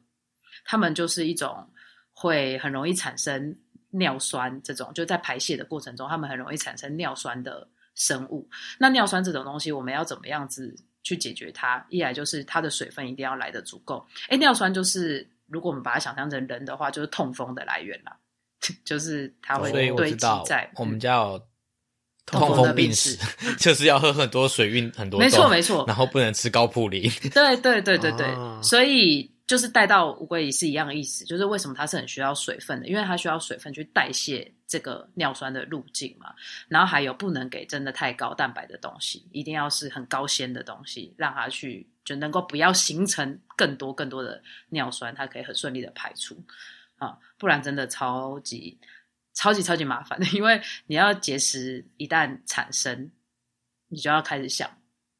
C: 他们就是一种会很容易产生尿酸这种，就在排泄的过程中，他们很容易产生尿酸的生物。那尿酸这种东西，我们要怎么样子去解决它？一来就是它的水分一定要来的足够。哎，尿酸就是如果我们把它想象成人的话，就是痛风的来源啦， *laughs* 就是它会
A: 所以我
C: 堆
A: 知
C: 积
A: 道
C: 在嗯
A: 我们家有
C: 痛
A: 痛
C: 风
A: 风病
C: 病
A: 史
C: 史，
A: *laughs* 就是要喝很多水运很多
C: 没错
A: 粥
C: 没错
A: 然后不能吃高普
C: *laughs*
A: 林。
C: 对对对对对，
B: 啊
C: 所以就是带到乌龟也是一样的意思，就是为什么它是很需要水分的，因为它需要水分去代谢这个尿酸的路径嘛。然后还有不能给真的太高蛋白的东西，一定要是很高纤的东西，让它去就能够不要形成更多更多的尿酸，它可以很顺利的排出啊，不然真的超级超级超级麻烦的，因为你要结石一旦产生，你就要开始想，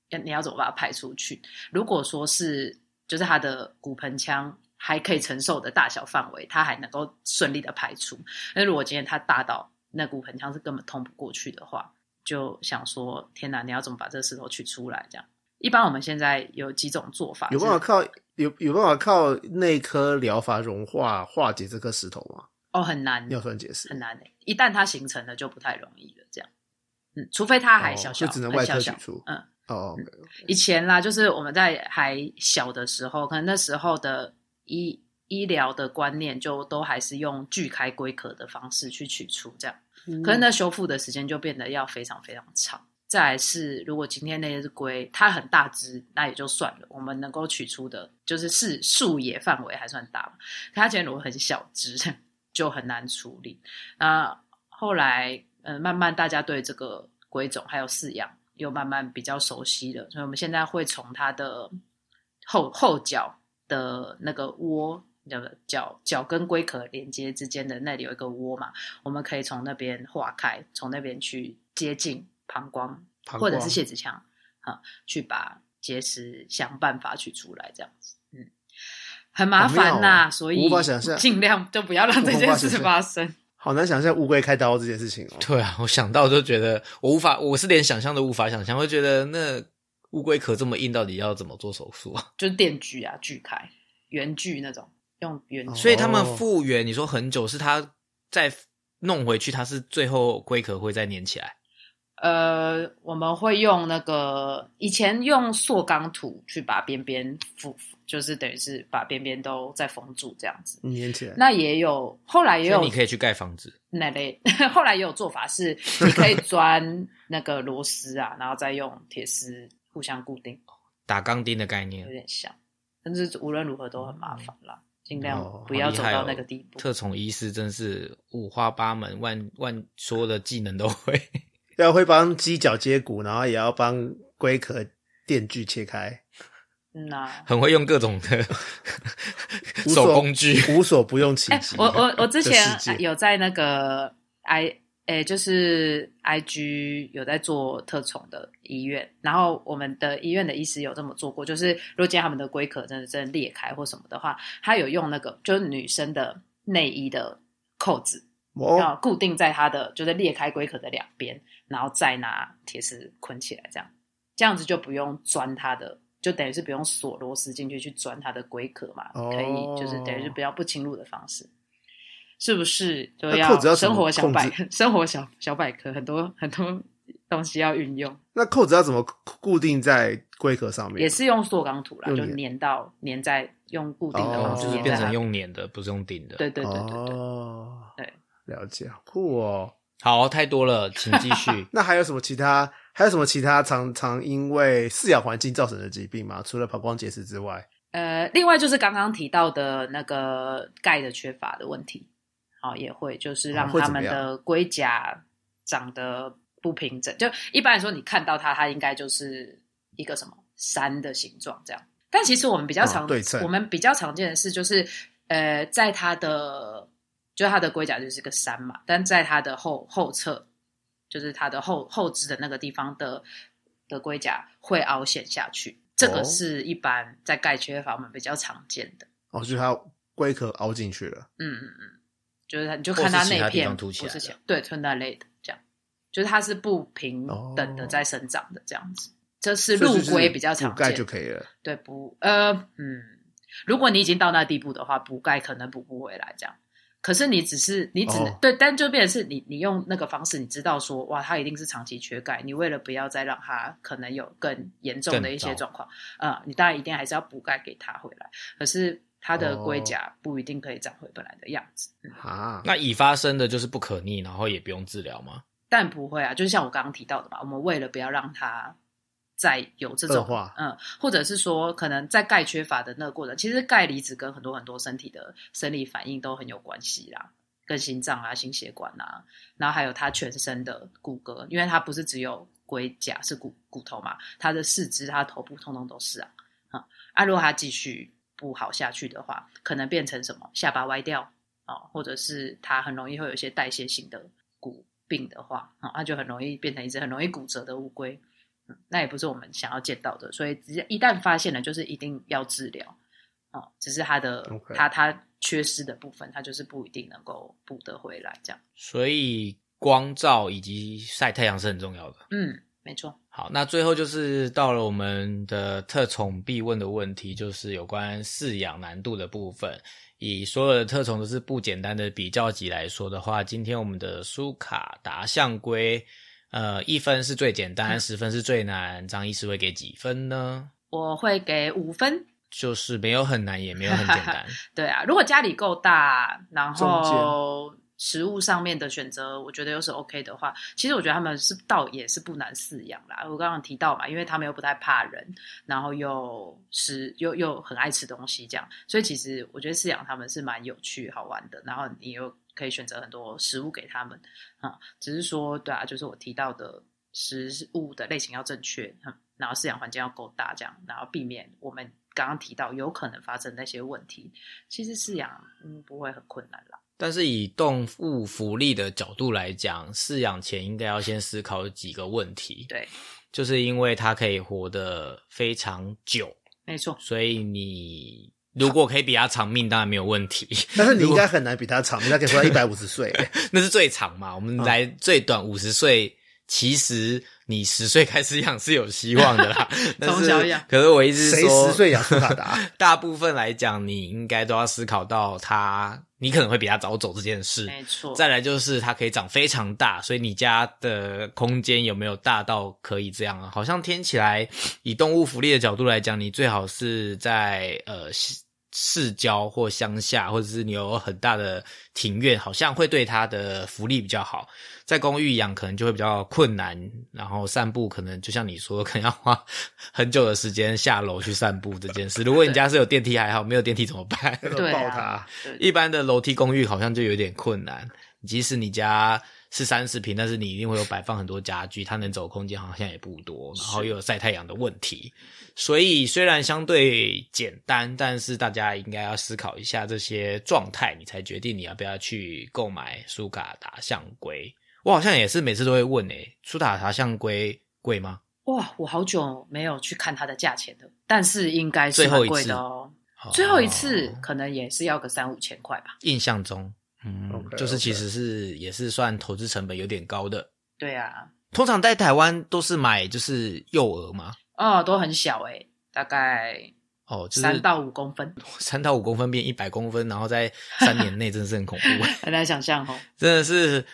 C: 要你要怎么把它排出去。如果说是就是它的骨盆腔。还可以承受的大小范围，它还能够顺利的排出。那如果今天它大到那骨盆腔是根本通不过去的话，就想说天哪，你要怎么把这个石头取出来？这样，一般我们现在有几种做法，
B: 有办法靠有有办法靠内科疗法融化化解这颗石头吗？
C: 哦，很难，
B: 尿酸结石
C: 很难、欸、一旦它形成了，就不太容易了。这样，嗯，除非它还
B: 哦
C: 小小，
B: 就只能
C: 很
B: 外
C: 小
B: 科
C: 小
B: 取出
C: 嗯，
B: 哦，
C: 以前啦，就是我们在还小的时候，可能那时候的医医疗的观念，就都还是用锯开龟壳的方式去取出这样。可是那修复的时间就变得要非常非常长，再来是，如果今天那些是龟，它很大只，那也就算了，我们能够取出的就是是树野范围还算大嘛。可它今天如果很小只， *laughs* 就很难处理。那后来，嗯，慢慢大家对这个龟种还有饲养又慢慢比较熟悉了，所以我们现在会从它的后后脚的那个窝。叫做脚脚跟龟壳连接之间的那里有一个窝嘛，我们可以从那边化开，从那边去接近膀胱
B: 膀
C: 或者是
B: 胱
C: 蟹子腔啊、去把结石想办法取出来，这样子，嗯，很麻
B: 好妙
C: 烦呐、
B: 哦
C: 所以
B: 无法想象
C: 尽量就不要让
B: *laughs*
C: 这
B: 无法
C: 件
B: 想
C: 事
B: 象
C: 发生。
B: 好难想象乌龟开刀这件事情哦。
A: 对啊，我想到就觉得我无法，我是连想象都无法想象，会觉得那乌龟壳这么硬，到底要怎么做手术啊？
C: 就是电锯啊，锯开圆锯那种，用圆
B: 哦
C: 锯。
A: 所以他们复原，你说很久是它再弄回去，它是最后龟壳会再粘起来。
C: 呃，我们会用那个以前用塑钢土去把边边封，就是等于是把边边都再封住这样子。
B: 粘起来，
C: 那也有，后来也
A: 所以
C: 有
A: 你可以去盖房子，
C: 那类，后来也有做法
A: *laughs*
C: 是，你可以钻那个螺丝啊，然后再用铁丝互相固定，
A: 打钢钉的概
C: 有
A: 念。
C: 点像。但是无论如何都很麻烦啦，尽量
B: 哦
C: 不
A: 好
C: 要
A: 厉
C: 走
A: 害
C: 到
A: 哦
C: 那个地步。
A: 特宠医师真是五花八门，万万所有的技能都会。
B: 要会帮鸡脚接骨，然后也要帮龟壳电锯切开，
C: 嗯啊，
A: 很会用各种的
B: 无所
A: 手工具。
B: 无所不用其
C: 哎、
B: 极。
C: 我我我之
B: 的
C: 前
B: 世界
C: 有在那个 I，哎、就是 I G 有在做特宠的医院，然后我们的医院的医师有这么做过，就是如果今天他们的龟壳真的真的裂开或什么的话，他有用那个就是女生的内衣的扣子，然后
B: 哦，
C: 固定在它的就是裂开龟壳的两边，然后再拿铁丝捆起来，这样这样子就不用钻它的，就等于是不用锁螺丝进去去钻它的龟壳嘛，
B: 哦
C: 可以就是等于是比较不侵入的方式，是不是？就
B: 那扣子要怎
C: 生
B: 么
C: 活小百
B: 控
C: *laughs* 生活小小百科，很多 *laughs* 很多东西要运用，
B: 那扣子要怎么固定在龟壳上面？
C: 也是用塑钢土啦，
B: 用
C: 就
B: 粘
C: 粘到粘在用固定的
A: 哦
C: 方式
A: 就是
C: 粘在
A: 变
C: 它
A: 成用粘的，不是用钉的。
C: 对对对对对。
B: 哦，
C: 对，
B: 了解，好酷哦。。
A: 好，太多了，请继续
B: 那还有什么其他？还有什么其他常常因为饲养环境造成的疾病吗？除了膀胱结石之外，
C: 呃，另外就是刚刚提到的那个钙的缺乏的问题，好、也会就是让
B: 哦会
C: 他
B: 怎么
C: 们
B: 样
C: 的龟甲长得不平整。就一般来说，你看到它，它应该就是一个什么山的形状这样。但其实我们比较
B: 哦
C: 常，
B: 对称
C: 我们比较常见的是，就是呃，在它的就它的龟甲就是个山嘛，但在它的后后侧，就是它的后后肢的那个地方的的龟甲会凹陷下去。这个
B: 哦
C: 是一般在钙缺乏我们比较常见的。
B: 哦，就是它龟壳凹进去了。
C: 嗯嗯嗯，就是它你就
A: 或
C: 看
A: 是
C: 它
A: 其
C: 那
A: 他地
C: 片
A: 方凸起
C: 不
A: 来
C: 是
A: 的
C: 前对，吞那类的这样，就是它是不平等的
B: 哦
C: 在生长的这样子。这是
B: 所以
C: 陆
B: 就是
C: 龟比较常
B: 补
C: 见
B: 钙
C: 的
B: 就可以了。
C: 对，补呃嗯，如果你已经到那地步的话，补钙可能补不回来这样。可是你只是你只能、
B: 哦
C: 对，但就变成是你你用那个方式，你知道说哇，他一定是长期缺钙。你为了不要再让他可能有更严重的一些
A: 更糟
C: 状况，呃，你当然一定还是要补钙给他回来。可是他的
B: 哦
C: 龟甲不一定可以长回本来的样子，嗯
B: 啊，
A: 那已发生的就是不可逆，然后也不用治疗吗？
C: 但不会啊，就是像我刚刚提到的嘛，我们为了不要让它再有这
B: 恶
C: 种
B: 化
C: 嗯，或者是说可能在钙缺乏的那个过程，其实钙离子跟很多很多身体的生理反应都很有关系啦，跟心脏啊、心血管啊，然后还有它全身的骨骼，因为它不是只有龟甲是骨骨头嘛，它的四肢、它头部通通都是啊，嗯，啊，如果它继续不好下去的话，可能变成什么下巴歪掉哦，或者是它很容易会有一些代谢性的骨病的话，啊、它就很容易变成一只很容易骨折的乌龟。嗯，那也不是我们想要见到的，所以只一旦发现了，就是一定要治疗。哦，只是它的
B: OK
C: 它它缺失的部分，它就是不一定能够补得回来，这样。
A: 所以光照以及晒太阳是很重要的。
C: 嗯，没错。
A: 好，那最后就是到了我们的特宠必问的问题，就是有关饲养难度的部分。以所有的特宠都是不简单的比较级来说的话，今天我们的苏卡达象龟，呃，一分是最简单，
C: 嗯
A: 十分是最难。张医师会给几分呢？
C: 我会给五分。 *laughs*
A: 就是没有很难，也没有很简单。
C: 对啊，如果家里够大，然
B: 中
C: 后食物上面的选择，我觉得又是 OK 的话，其实我觉得他们是倒也是不难饲养啦。我刚刚提到嘛，因为他们又不太怕人，然后又吃又又很爱吃东西这样，所以其实我觉得饲养他们是蛮有趣好玩的。然后你又可以选择很多食物给他们啊、只是说对啊，就是我提到的食物的类型要正确，嗯，然后饲养环境要够大，这样，然后避免我们刚刚提到有可能发生那些问题。其实饲养嗯不会很困难啦。
A: 但是以动物福利的角度来讲，饲养前应该要先思考几个问题，
C: 对，
A: 就是因为它可以活得非常久，
C: 没错，
A: 所以你如果可以比它长命，当然没有问题， *laughs*
B: 但是你应该很难比他长，他可以活到一百五十
C: *laughs*
B: 岁。
A: 那是最长嘛。我们来最短五十岁，其实你十岁开始养是有希望的啦。但
C: 从
A: 是
C: 小养
A: 可是我一直
B: 谁
A: 说，
B: 十岁养苏
C: *laughs*
B: 卡达？
A: 大部分来讲，你应该都要思考到它，你可能会比它早走这件事。
C: 没错，
A: 再来就是它可以长非常大，所以你家的空间有没有大到可以这样啊？好像听起来，以动物福利的角度来讲，你最好是在呃市市郊或乡下，或者是你有很大的庭院，好像会对它的福利比较好。在公寓养可能就会比较困难，然后散步可能就像你说，可能要花很久的时间下楼去散步这件事。如果你家是有电梯还好，没有电梯怎么办？
C: 对
B: 抱
C: 啊
B: 他，
C: 对
A: 一般的楼梯公寓好像就有点困难，即使你家是三十平，但是你一定会有摆放很多家具，它能走的空间好像也不多，然后又有晒太阳的问题。所以虽然相对简单，但是大家应该要思考一下这些状态，你才决定你要不要去购买苏卡达象龟。我好像也是每次都会问诶、欸苏卡达象龟贵吗？
C: 哇，我好久没有去看它的价钱了，但是应该是
A: 最后
C: 蛮
A: 一
C: 贵
A: 次
C: 的哦。最后一次
A: 哦
C: 可能也是要个三五千块吧。
A: 印象中，嗯
B: OK，
A: 就是其
B: OK
A: 实是也是算投资成本有点高的。
C: 对啊，
A: 通常在台湾都是买就是幼儿嘛，
C: 哦，都很小诶、大概
A: 哦，就是
C: 三到五公分，
A: *laughs* 三到五公分变一百公分，然后在三年内真的是很恐怖，
C: 很难想象哦。
A: 真的是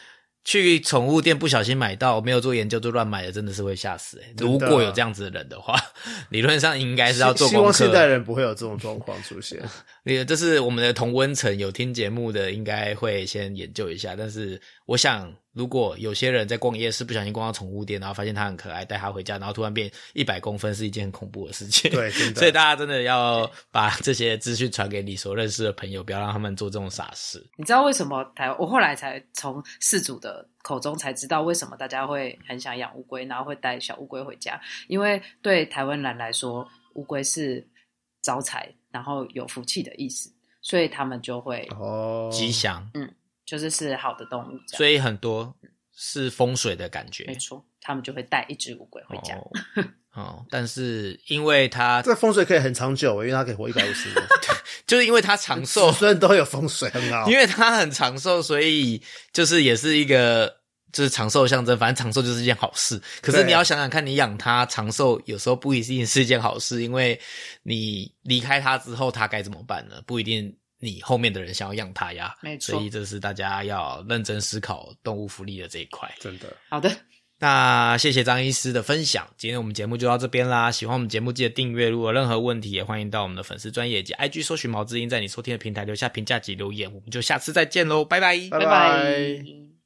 A: 去宠物店不小心买到没有做研究就乱买的，真的是会吓死、欸。如
B: 真的
A: 果有这样子的人的话， *laughs* 理论上应该是要做
B: 希希
A: 功
B: 望现代
A: 课。
B: 人不会有这种状况出
C: *laughs*
B: 现。
A: 你这是我们的同温层有听节目的，应该会先研究一下。但是我想，如果有些人在逛夜市不小心逛到宠物店，然后发现它很可爱，带它回家，然后突然变一百公分，是一件很恐怖的事情。
B: 对，真的。
A: 所以大家真的要把这些资讯传给你所认识的朋友，不要让他们做这种傻事。
C: 你知道为什么台我后来才从事主的口中才知道为什么大家会很想养乌龟，然后会带小乌龟回家，因为对台湾人来说，乌龟是招财，然后有福气的意思，所以他们就会
B: 哦，
A: 吉祥，
C: 就是是好的动物这样。
A: 所以很多是风水的感觉
C: 没。错，他们就会带一只乌龟回家。
A: 哦，哦，但是因为它
B: 这风水可以很长久，欸因为它可以活一百五十年，
C: *laughs*
A: 就是因为它长寿
B: 子，孙都有风水，很好。
A: 因为它很长寿，所以就是也是一个。就是长寿象征，反正长寿就是一件好事。可是
B: 对
A: 你要想想看，你养它长寿，有时候不一定是一件好事，因为你离开它之后，它该怎么办呢？不一定你后面的人想要养它呀。
C: 没错
A: 所以这是大家要认真思考动物福利的这一块。
B: 真的，
C: 好的，
A: 那谢谢张医师的分享，今天我们节目就到这边啦。喜欢我们节目记得订阅，如果有任何问题也欢迎到我们的粉丝专业及 IG 搜寻毛知音，在你收听的平台留下评价及留言，我们就下次再见喽，拜拜
B: 拜
C: 拜拜